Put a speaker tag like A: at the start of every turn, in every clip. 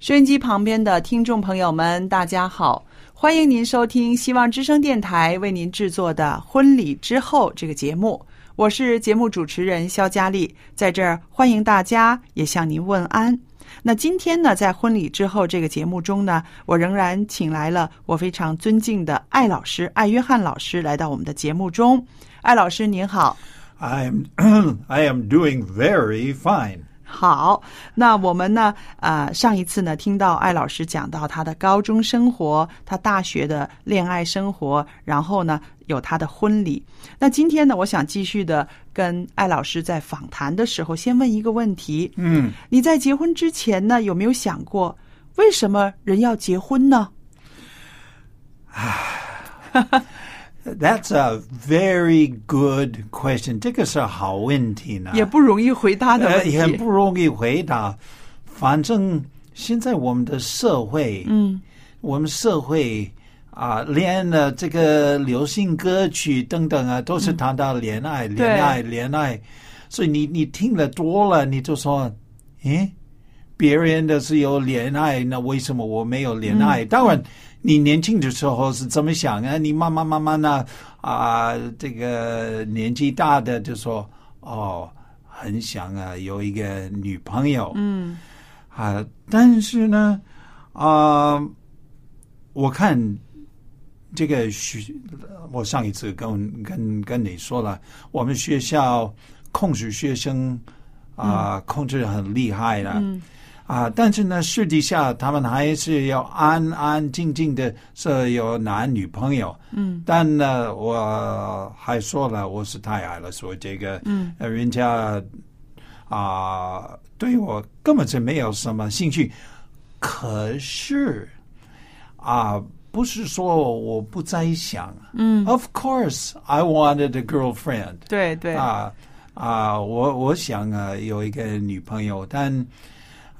A: 收音机旁边的听众朋友们，大家好！欢迎您收听希望之声电台为您制作的《婚礼之后》这个节目，我是节目主持人肖佳丽，在这儿欢迎大家，也向您问安。那今天呢，在《婚礼之后》这个节目中呢，我仍然请来了我非常尊敬的艾老师，艾约翰老师来到我们的节目中。艾老师您好，
B: I'm I am doing very fine.
A: 好，那我们呢？啊、上一次呢，听到艾老师讲到他的高中生活，他大学的恋爱生活，然后呢，有他的婚礼。那今天呢，我想继续的跟艾老师在访谈的时候，先问一个问题：
B: 嗯，
A: 你在结婚之前呢，有没有想过为什么人要结婚呢？
B: That's a very good question. 这个是好问题呢，
A: 也不容易回答的
B: 呃
A: 问题。
B: 也很不容易回答。反正现在我们的社会，
A: 嗯，
B: 我们社会啊，连了这个流行歌曲等等啊，都是谈到恋爱、
A: 对
B: 恋爱、恋爱，所以你你听了多了，你就说，诶，别人的是有恋爱，那为什么我没有恋爱？当然，你年轻的时候是怎么想啊？你慢慢慢慢呢，啊、这个年纪大的就说，哦，很想啊有一个女朋友，
A: 嗯
B: 啊，但是呢，啊、我看这个学，我上一次跟跟跟你说了，我们学校控制学生啊、控制很厉害的。
A: 嗯
B: 啊，但是呢，私底下他们还是要安安静静的，是有男女朋友。
A: 嗯
B: 但呢，我还说了，我是太矮了，所以这个，
A: 嗯
B: 呃人家啊、对我根本就没有什么兴趣。可是啊、不是说我不再想。
A: 嗯，
B: Of course, I wanted a girlfriend.
A: 对对，
B: 啊啊，我我想啊，有一个女朋友，但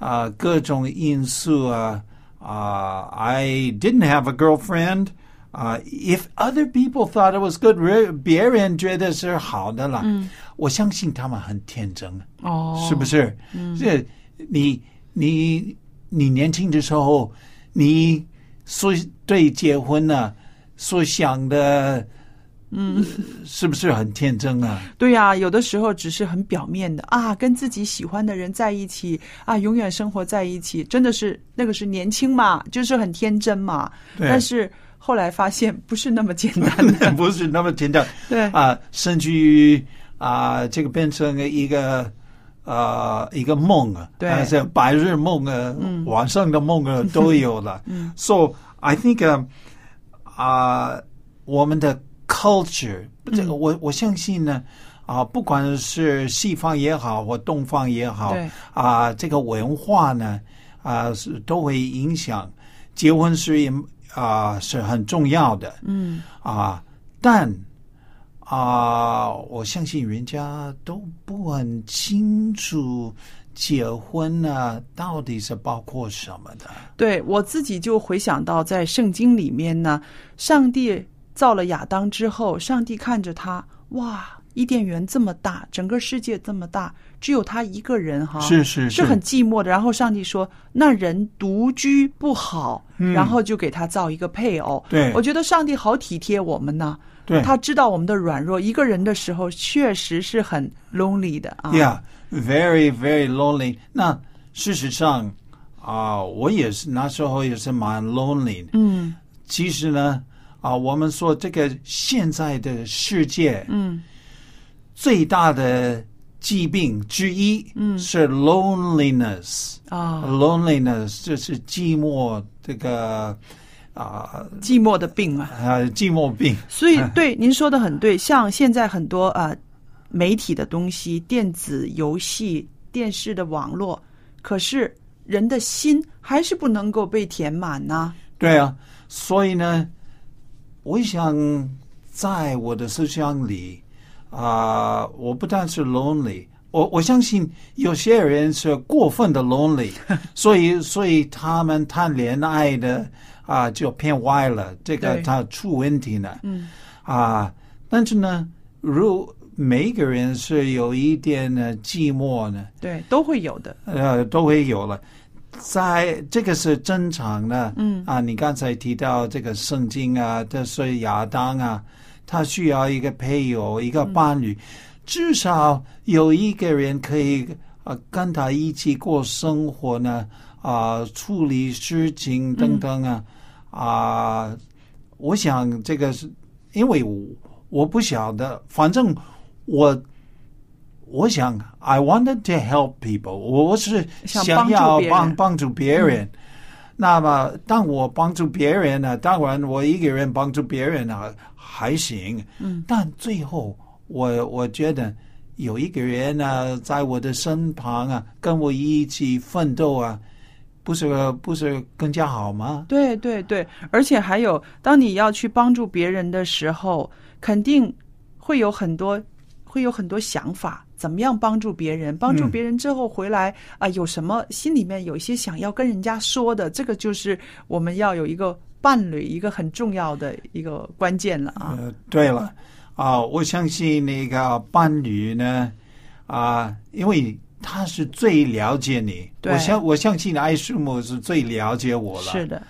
B: 啊，各种因素啊啊，I didn't have a girlfriend。啊、i f other people thought it was good，别人觉得是好的啦。
A: 嗯
B: 我相信他们很天真。啊
A: 哦，
B: 是不？是？这你你你年轻的时候，你所对结婚呢、所想的，嗯，是不是很天真啊？
A: 对呀、有的时候只是很表面的啊，跟自己喜欢的人在一起啊，永远生活在一起，真的是那个是年轻嘛，就是很天真嘛。
B: 对
A: 但是后来发现不是那么简 单的，
B: 不是那么简单
A: 对，
B: 啊，甚至于啊，这个变成一个。呃，一个梦啊，
A: 对
B: 但是白日梦啊，晚上的梦啊都 有了。
A: 嗯
B: So I think 啊、啊，我们的 culture，这
A: 嗯
B: 个我我相信呢，啊、不管是西方也好，或东方也好
A: 对，
B: 啊、这个文化呢，啊、是都会影响。结婚是一啊、是很重要的
A: 嗯，
B: 啊、但啊、我相信人家都不很清楚结婚呢、到底是包括什么的？
A: 对我自己就回想到，在圣经里面呢，上帝造了亚当之后，上帝看着他，哇，伊甸园这么大，整个世界这么大，只有他一个人哈，
B: 是嗯是
A: 啊是很寂寞的。然后上帝说，那人独居不好，然后就给他造一个配偶。
B: 嗯对
A: 我觉得上帝好体贴我们呢。
B: 对
A: 他知道我们的软弱，一个人的时候确实是很 lonely 的啊。
B: Yeah, very, very lonely. 那事实上啊、我也是那时候也是蛮 lonely。
A: 嗯
B: 其实呢，啊、我们说这个现在的世界
A: 嗯，
B: 最大的疾病之一，嗯，是 loneliness、
A: 啊，
B: loneliness 就是寂寞这个啊
A: 寂寞的病啊。
B: 呃寂寞病。
A: 所以，对您说的很对，像现在很多啊、呃媒体的东西、电子游戏、电视的网络，可是人的心还是不能够被填满呐、
B: 对啊，所以呢，我想在我的思想里啊、我不但是 lonely，我我相信有些人是过分的 lonely，所以所以他们谈恋爱的啊、就偏歪了，这个
A: 对
B: 他出问题了。
A: 嗯
B: 啊，但是呢，如每一个人是有一点呢寂寞呢，
A: 对，都会有的。
B: 呃，都会有了。在这个是正常的，
A: 嗯
B: 啊，你刚才提到这个圣经啊，这是亚当啊，他需要一个配偶，一个伴侣，至少有一个人可以啊跟他一起过生活呢，啊，处理事情等等啊，啊，我想这个是因为我我不晓得，反正我我想 I wanted to help people，我我是
A: 想
B: 想
A: 帮助
B: 要
A: 别
B: 帮
A: 人
B: 帮助别人。那么，当我帮助别人呢、当然我一个人帮助别人啊还行，嗯，但最后我我觉得有一个人呢、在我的身旁啊，跟我一起奋斗啊，不是不是更加好吗？
A: 对对对，而且还有，当你要去帮助别人的时候，肯定会有很多，会有很多想法，怎么样帮助别人？帮助
B: 嗯
A: 别人之后回来啊、有什么心里面有一些想要跟人家说的，这个就是我们要有一个伴侣，一个很重要的一个关键了啊。
B: 呃，对了，啊、我相信那个伴侣呢，啊、因为他是最了解你，
A: 对
B: 我相我相信艾师母是最了解我了，
A: 是的，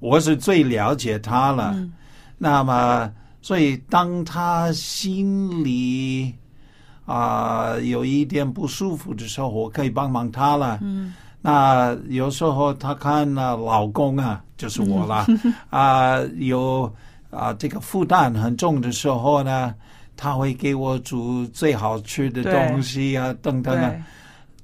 B: 我是最了解他了。
A: 嗯
B: 那么，所以当他心里啊、有一点不舒服的时候，我可以帮忙他了。
A: 嗯，
B: 那有时候她看了老公啊，就是我 啦，啊、有啊、这个负担很重的时候呢，她会给我煮最好吃的
A: 对
B: 东西啊，等等啊，
A: 对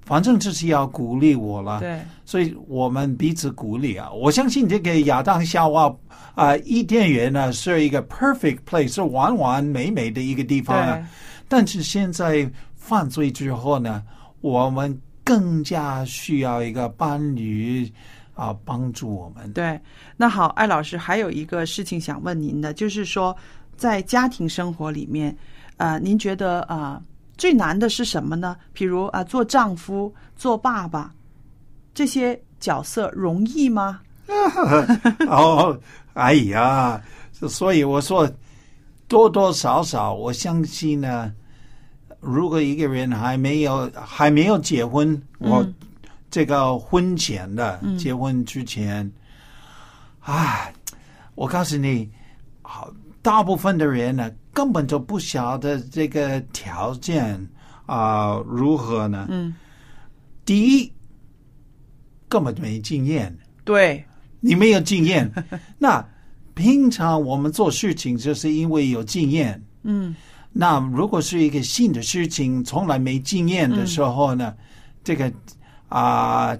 B: 反正就是要鼓励我了。
A: 对
B: 所以我们彼此鼓励啊！我相信这个亚当夏娃啊、伊甸园呢是一个 perfect place，是完完美美的一个地方啊
A: 对。，
B: 但是现在犯罪之后呢，我们更加需要一个伴侣啊帮助我们。
A: 对，那好，艾老师还有一个事情想问您的，就是说，在家庭生活里面，呃，您觉得啊、呃最难的是什么呢？比如啊、做丈夫、做爸爸这些角色容易吗？
B: 哦，哎呀，所以我说多多少少，我相信呢，如果一个人还没有还没有结婚，我这个婚前的、结婚之前，哎，我告诉你，好，大部分的人呢根本就不晓得这个条件啊、如何呢？
A: 嗯，
B: 第一，根本没经验。
A: 对，
B: 你没有经验。那平常我们做事情就是因为有经验。
A: 嗯，
B: 那如果是一个新的事情，从来没经验的时候呢，这个啊、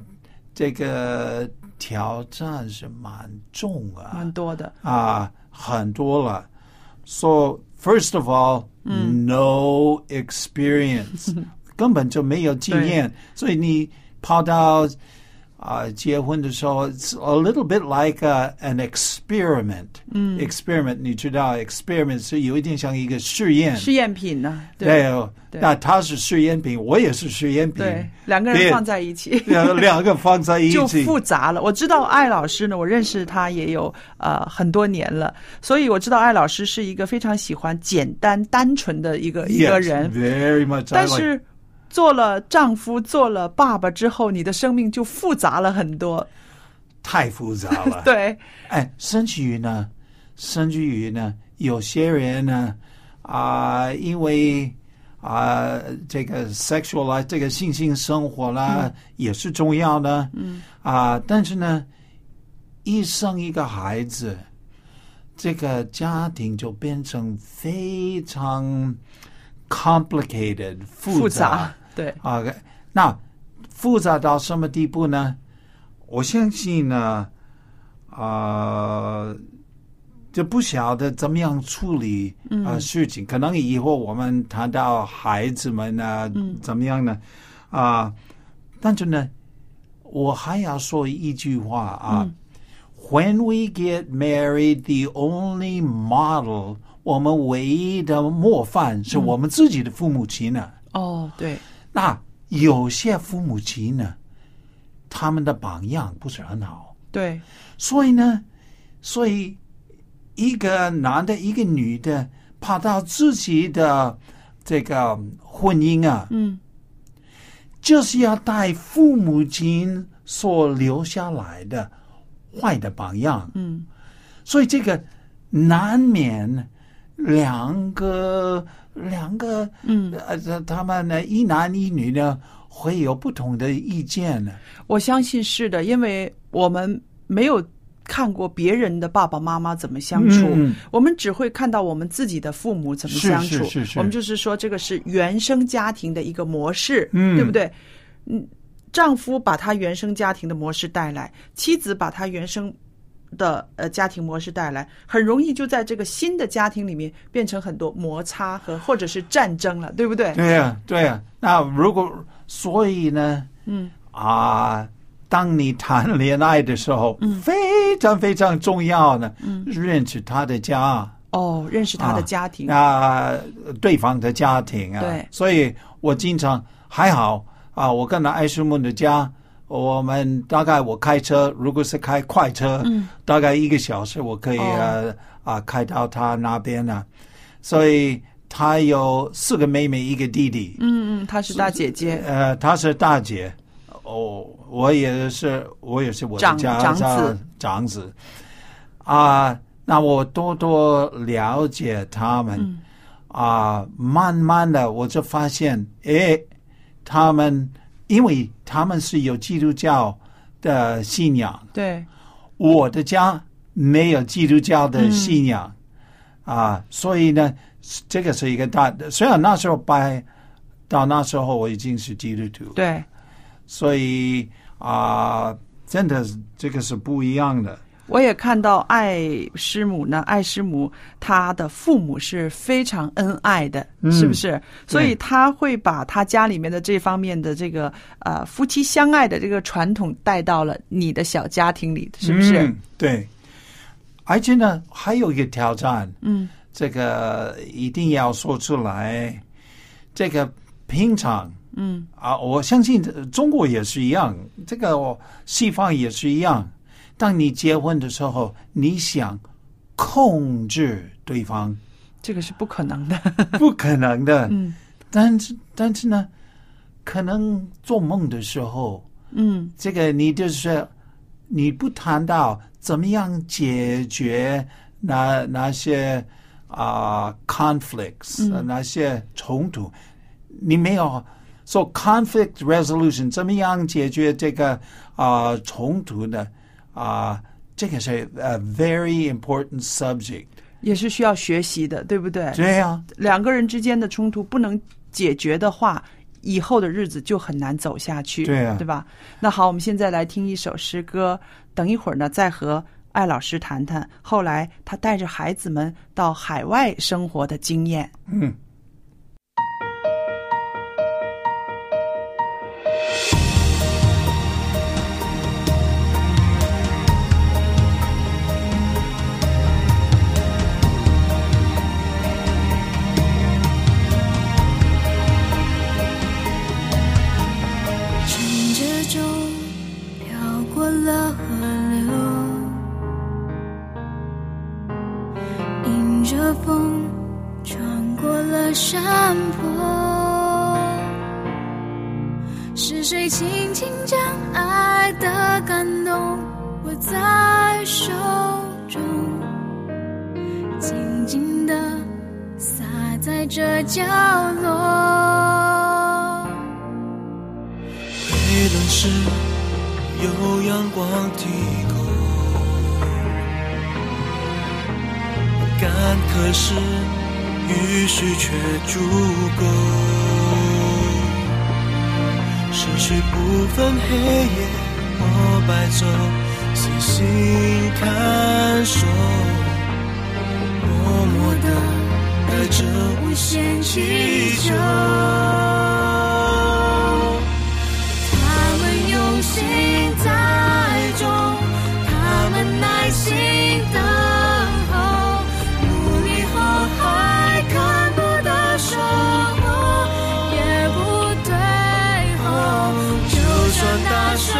B: 这个挑战是蛮重啊
A: 蛮多的。
B: 啊、很多了。So first of all,、no experience，根本就没有经验，所以你跑到 uh, 结婚的时候, it's a little bit like a, an experiment. Experiment, 你知道, experiment 是有一点像一个试验。
A: 试验品呢、
B: 对
A: 对
B: 哦，
A: 对
B: 那他是试验品，我也是试验品，
A: 对，两个人
B: 对
A: 放在一起。
B: 两两个放在一
A: 就
B: 起，
A: 复杂了。我知道艾老师呢，我认识他也有呃很多年了，所以我知道艾老师是一个非常喜欢简单单纯的一个一个
B: Yes, 嗯
A: 人。
B: very much.
A: 但
B: I like-
A: 是做了丈夫、做了爸爸之后，你的生命就复杂了很多。
B: 太复杂了。，
A: 对，
B: 哎，甚至于呢，甚至于呢，有些人呢，啊、因为啊、这个 sexual 啦，这个性性生活啦，也是重要的。嗯啊、但是呢，一生一个孩子，这个家庭就变成非常 complicated
A: 复
B: 复杂。
A: 对，
B: 啊，那复杂到什么地步呢？我相信呢，啊，就不晓得怎么样处理啊、事情。可能以后我们谈到孩子们呢，怎么样呢？啊、但是呢，我还要说一句话啊。When we get married, the only model，我们唯一的模范是我们自己的父母亲啊呢、
A: 哦，对，
B: 那有些父母亲呢，他们的榜样不是很好，
A: 对，
B: 所以呢，所以一个男的，一个女的，跑到自己的这个婚姻啊，
A: 嗯，
B: 就是要带父母亲所留下来的坏的榜样，
A: 嗯，
B: 所以这个难免两个两个，
A: 嗯，
B: 呃，他们呢一男一女呢会有不同的意见呢，
A: 我相信是的，因为我们没有看过别人的爸爸妈妈怎么相处，
B: 嗯
A: 我们只会看到我们自己的父母怎么
B: 是
A: 相处。
B: 是是是
A: 我们就是说，这个是原生家庭的一个模式，
B: 嗯
A: 对不对？嗯，丈夫把他原生家庭的模式带来，妻子把他原生。的呃家庭模式带来，很容易就在这个新的家庭里面变成很多摩擦和或者是战争了，对不对？
B: 嗯对呀、对呀、那如果所以呢，
A: 嗯，
B: 啊，当你谈恋爱的时候，非常非常重要呢，认识他的家，
A: 哦，认识他的
B: 啊
A: 家庭，
B: 啊、对方的家庭啊，
A: 对
B: 所以我经常还好啊，我跟了艾诗梦的家。我们大概我开车，如果是开快车，
A: 嗯
B: 大概一个小时，我可以、
A: 哦
B: 啊啊开到他那边呢、所以他有四个妹妹，一个弟弟。
A: 嗯嗯，她是大姐姐，
B: 呃，她是大姐，哦，我也是，我也是我的
A: 长
B: 家
A: 长子
B: 长长子啊、那我多多了解他们
A: 嗯
B: 啊、慢慢的我就发现，哎，他们因为他们是有基督教的信仰，
A: 对，
B: 我的家没有基督教的信仰、啊，所以呢，这个是一个大的。虽然那时候拜，到那时候我已经是基督徒，
A: 对，
B: 所以啊，真的是这个是不一样的。
A: 我也看到艾师母呢，艾师母她的父母是非常恩爱的，
B: 嗯
A: 是不是？所以她会把她家里面的这方面的这个呃夫妻相爱的这个传统带到了你的小家庭里，是不是？
B: 嗯对，而且呢，还有一个挑战，
A: 嗯
B: 这个一定要说出来。这个平常
A: 嗯
B: 啊，我相信呃中国也是一样，这个我西方也是一样。当你结婚的时候，你想控制 对方，
A: 这个是不可能的。
B: 不可能的。
A: 嗯
B: 但是，但是呢，可能做梦的时候，
A: 嗯，
B: 这个你就是你不谈到怎么样解决那那些啊、conflicts，、那些冲突，你没有说、conflict resolution 怎么样解决这个啊、冲突呢？啊、这个是 a very important subject。
A: 也是需要学习的，对不对？
B: 对呀、
A: 两个人之间的冲突不能解决的话，以后的日子就很难走下去，
B: 对啊
A: 吧？那好，我们现在来听一首诗歌，等一会儿呢再和艾老师谈谈后来他带着孩子们到海外生活的经验。
B: 嗯。
C: 着风，穿过了山坡。是谁轻轻将爱的感动握在手中，静静地洒在这角落？
D: 理论是有阳光提供，干渴时雨水却足够。时序不分黑夜或白昼，细心看守，默默地爱着无限祈求。
C: 他们用心栽种，他们耐心等候，努力后还看不到收获，也不退后。就算大水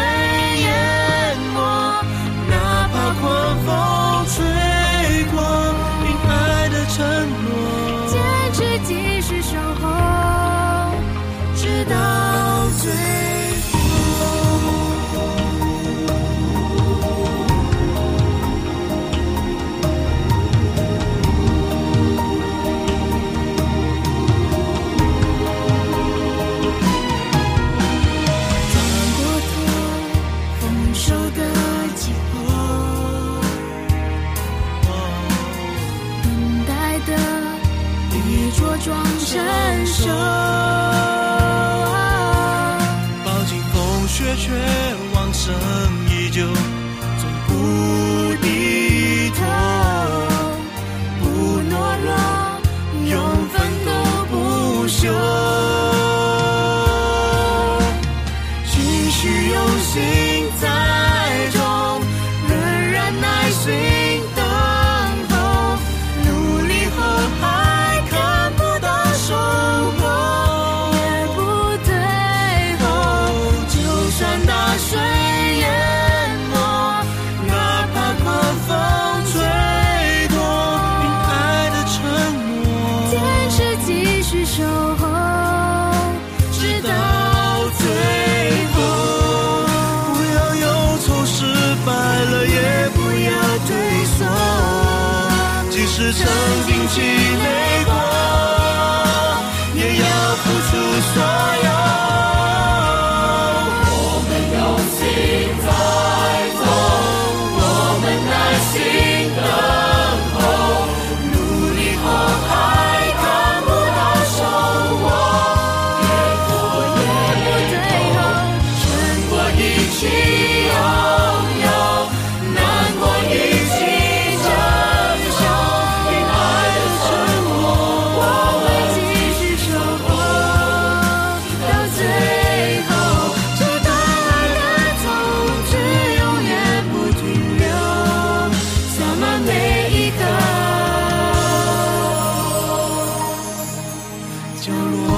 C: 淹没，
D: 哪怕狂风吹过，因爱的承诺，
C: 坚持继续守候，直到最后。转过头，丰收的结果，等待的已茁壮成熟。
D: 饱经风雪却旺盛依旧，从不低头，
C: 不懦弱，
D: 永
C: 永
D: 奋
C: 奋
D: 斗
C: 斗
D: 不
C: 不
D: 休
C: 休。。
D: 继续用心栽种，仍然耐心等候，努力后还看不到收获，
C: 也不退后，就算大水淹没，
D: 哪怕狂风吹过，因爱的承诺。
C: 坚持继续守候，直
D: 直到
C: 到
D: 最后，不要忧愁，失败了也不要退缩，即使曾经气馁过，也要付出所有。我们用心栽种，我们耐心等候，努力后还看不到收获。
C: 不退后，
D: 胜过一起拥有，难过一起承受，因爱的承诺，我
C: 会继续守候，到最后，直到爱的种子永远不停留，洒满每一个。
D: 角落。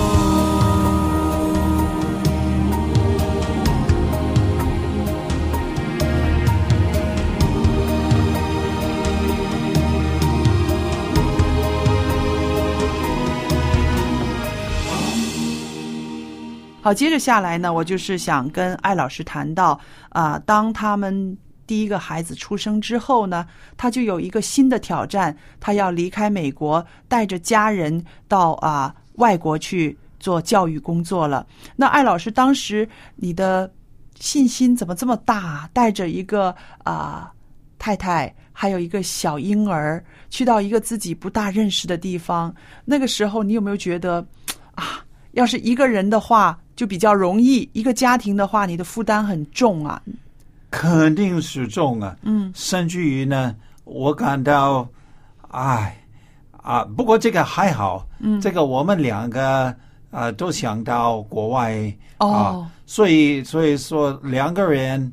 A: 好，接着下来呢，我就是想跟艾老师谈到啊、当他们第一个孩子出生之后呢，他就有一个新的挑战，他要离开美国，带着家人到啊、外国去做教育工作了。那艾老师当时你的信心怎么这么大？带着一个啊、太太，还有一个小婴儿，去到一个自己不大认识的地方，那个时候你有没有觉得啊，要是一个人的话就比较容易，一个家庭的话你的负担很重啊。
B: 肯定是重啊。
A: 嗯，
B: 甚至于呢，我感到，哎，啊，不过这个还好，嗯，这个我们两个啊都想到国外啊，
A: 哦
B: 所以所以说两个人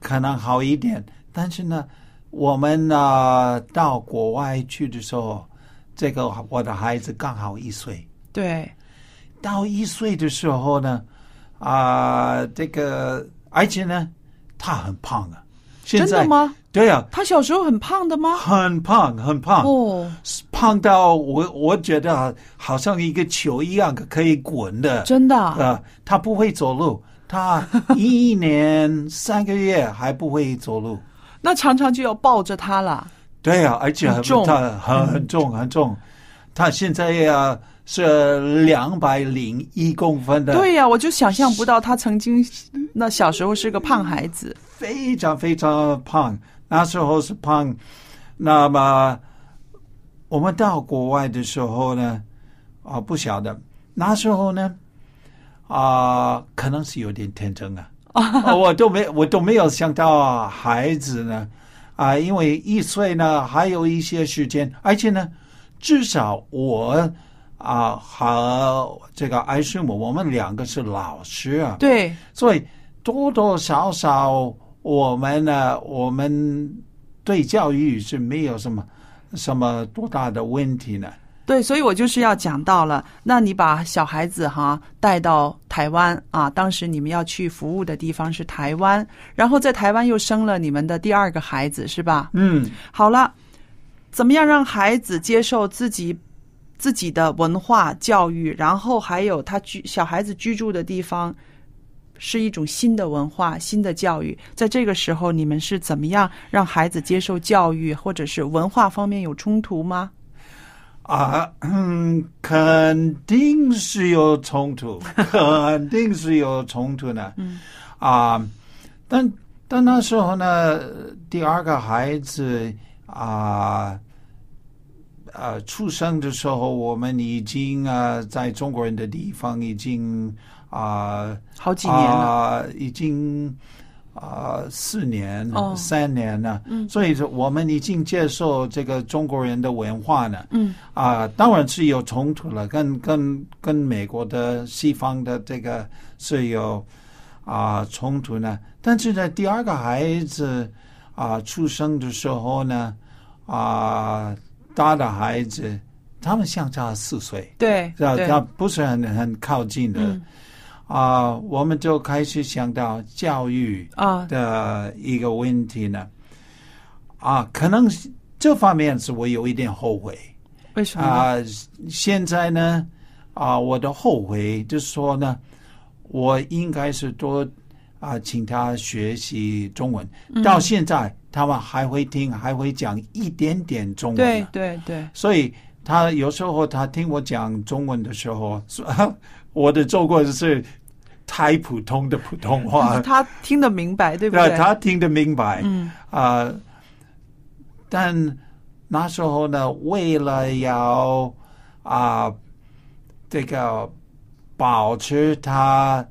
B: 可能好一点，但是呢，我们呢、到国外去的时候，这个我的孩子刚好一岁，
A: 对，
B: 到一岁的时候呢，啊、这个而且呢，他很胖啊。现
A: 真
B: 在
A: 的吗？
B: 对啊，
A: 他小时候很胖的吗？
B: 很胖很胖，
A: 哦，
B: 胖到我我觉得好好像一个球一样可以滚的，
A: 真的啊，
B: 呃，他不会走路，他 一年三个月还不会走路。
A: 那常常就要抱着他了。
B: 对呀、而且
A: 很
B: 很
A: 重
B: 他很很重很重，他现在呀、是两百零一公分的，
A: 对呀、我就想象不到他曾经那小时候是个胖孩子。
B: 非常非常胖，那时候是胖。那么我们到国外的时候呢，啊，不晓得那时候呢，啊，可能是有点天真啊，啊我都没我都没有想到孩子呢，啊，因为一岁呢还有一些时间，而且呢，至少我。啊，和这个艾师母，我们两个是老师啊，
A: 对，
B: 所以多多少少我们呢，我们对教育是没有什么什么多大的问题呢。
A: 对，所以我就是要讲到了，那你把小孩子哈带到台湾啊，当时你们要去服务的地方是台湾，然后在台湾又生了你们的第二个孩子是吧？
B: 嗯，
A: 好了，怎么样让孩子接受自己自己的文化教育，然后还有他居小孩子居住的地方是一种新的文化、新的教育，在这个时候你们是怎么样让孩子接受教育，或者是文化方面有冲突吗？
B: 啊，嗯，肯定是有 冲突，肯定是有冲突呢。嗯，啊，但但那时候呢，第二个孩子啊，呃，出生的时候，我们已经啊，在中国人的地方已经啊，
A: 好几年了，
B: 啊、已经啊、四年、
A: 哦
B: 三年了。嗯，所以说我们已经接受这个中国人的文化呢。
A: 嗯，
B: 啊、当然是有冲突了，跟跟跟美国的西方的这个是有啊、冲突呢。但是呢，第二个孩子啊、出生的时候呢，啊、大的孩子他们相差四岁。
A: 对
B: 这
A: 对
B: 这不是很很靠近的
A: 嗯
B: 啊、我们就开始想到教育
A: 啊，
B: 的一个问题呢。啊，可能是这方面是我有一点后悔
A: 为什么呢？
B: 啊、现在呢，啊，我的后悔就是说呢，我应该是多啊，请他学习中文。
A: 嗯
B: 到现在，他们还会听，还会讲一点点中文、啊
A: 对对对，
B: 所以他有时候他听我讲中文的时候， 说我的中文是太普通的普通 话，
A: 他听得明白，对不
B: 那
A: 对？
B: 哦啊他听得明白
A: 嗯
B: 啊、但那时候呢，为了要啊、这个保持他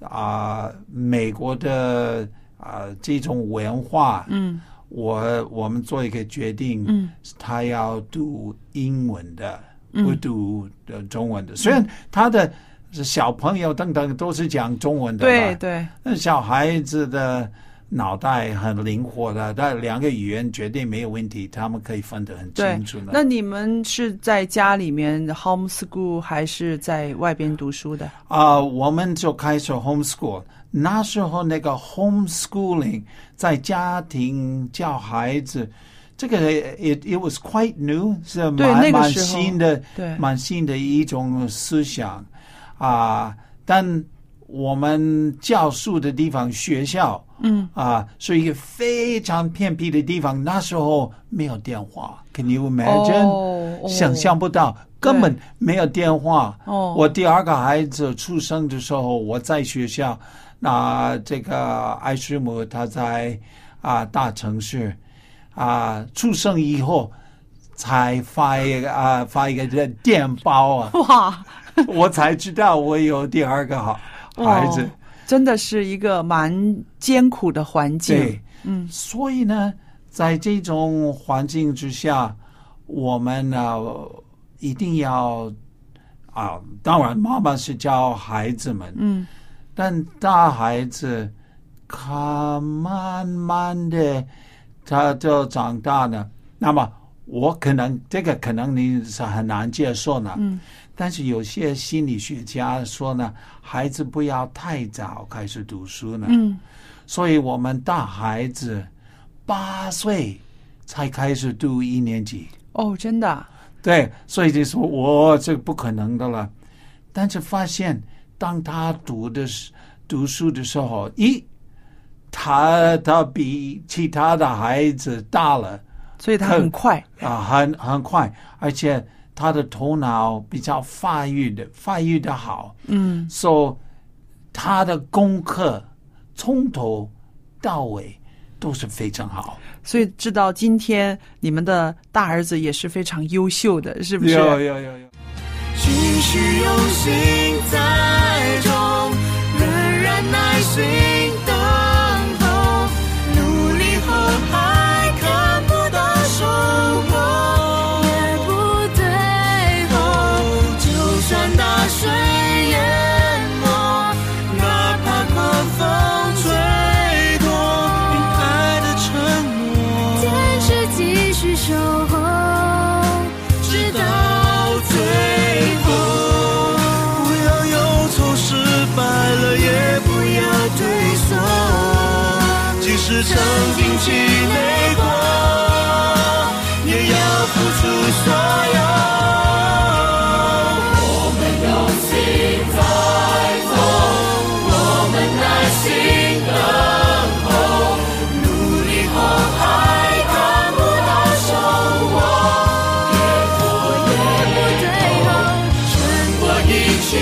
B: 啊、美国的啊、这种文化，
A: 嗯
B: 我我们做一个决定，
A: 嗯，
B: 他要读英文的，
A: 嗯
B: 不读呃中文的。虽然他的小朋友等等都是讲中文的吧，
A: 对对
B: 那小孩子的脑袋很灵活的，但两个语言绝对没有问题，他们可以分得很
A: 对
B: 清楚。的
A: 那。你们是在家里面 homeschool 还是在外边读书的？
B: 啊、我们就开始 homeschool。那时候那个 homeschooling 在家庭教孩子，这个 it it was quite new，是
A: 对
B: 蛮
A: 那个
B: 蛮
A: 时候
B: 新的，
A: 对
B: 蛮新的一种思想啊、但我们教书的地方学校
A: 嗯，
B: 啊、是一个非常偏僻的地方，那时候没有电话，Can you imagine？、
A: 哦哦
B: 想象不到，根本没有电话。
A: 哦，
B: 我第二个孩子出生的时候，我在学校，那、这个艾师母她在啊、大城市啊、出生以后。才发一个啊、发一个这电报啊
A: 哇
B: 我才知道我有第二个好孩子。
A: 哦真的是一个蛮艰苦的环境
B: 对。，嗯，所以呢，在这种环境之下，我们呢、一定要啊，当然妈妈是教孩子们，
A: 嗯，
B: 但大孩子他慢慢的他就长大了，那么。我可能这个可能你是很难接受呢，嗯，但是有些心理学家说呢，孩子不要太早开始读书呢，
A: 嗯，
B: 所以我们大孩子八岁才开始读一年级。
A: 哦，真的啊，
B: 对，所以就说我这个不可能的了。但是发现，当他读的时读书的时候，一他他比其他的孩子大了
A: 所以他很快，
B: 啊，很很快，而且他的头脑比较发育的发育的好，
A: 嗯，
B: so 他的功课从头到尾都是非常好，
A: 所以直到今天，你们的大儿子也是非常优秀的，是不是？
B: 有有有有。
D: 继续用心栽种，仍然耐心等候，努力后还看不到收获，
C: 也不退后，
D: 就算大水淹没，哪怕狂风吹过，因爱的沉默，
C: 天使继续守候，
D: 直到最后。不要忧愁，失败了也不要退缩，即使曾经气馁过，也要付出所有。我们用心栽种，我们耐心等候，努力后还看不到收获。
C: 也不退后。
D: 胜过一起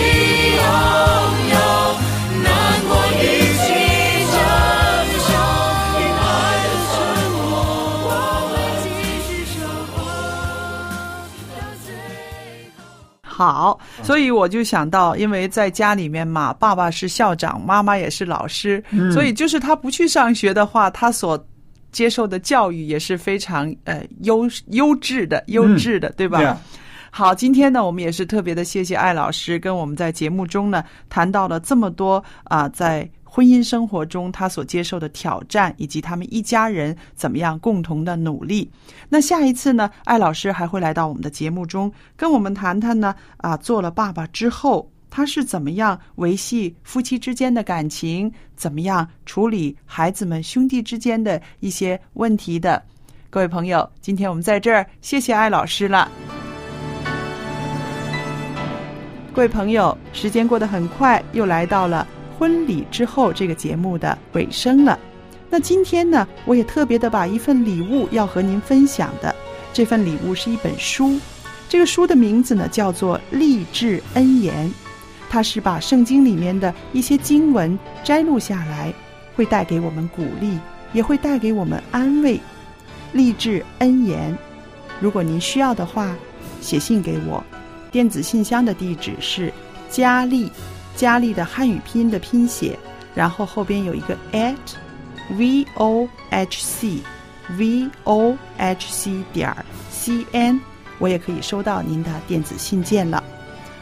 D: 拥有，难过一起承受，因爱的沉默，我们继续守候到最后。
A: 好，所以我就想到，因为在家里面嘛，爸爸是校长，妈妈也是老师，所以就是他不去上学的话，他所接受的教育也是非常呃优优质的、优质的，对吧
B: Yeah
A: 好，今天呢，我们也是特别的谢谢艾老师跟我们在节目中呢谈到了这么多啊、在婚姻生活中他所接受的挑战，以及他们一家人怎么样共同的努力。那下一次呢，艾老师还会来到我们的节目中，跟我们谈谈呢啊、做了爸爸之后。他是怎么样维系夫妻之间的感情？怎么样处理孩子们兄弟之间的一些问题的？各位朋友，今天我们在这儿，谢谢艾老师了。各位朋友，时间过得很快，又来到了婚礼之后这个节目的尾声了。那今天呢，我也特别的把一份礼物要和您分享的，这份礼物是一本书，这个书的名字呢叫做《励志恩言》，它是把圣经里面的一些经文摘录下来，会带给我们鼓励，也会带给我们安慰。励志恩言，如果您需要的话，写信给我。电子信箱的地址是佳丽，佳丽的汉语拼音的拼写，然后后边有一个 at v o h c v o h c 点儿 c n，我也可以收到您的电子信件了。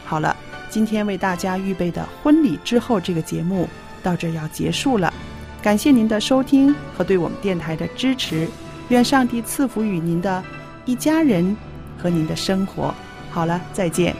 A: 好了，今天为大家预备的婚礼之后这个节目到这儿要结束了，感谢您的收听和对我们电台的支持，愿上帝赐福与您的一家人和您的生活。好了，再见。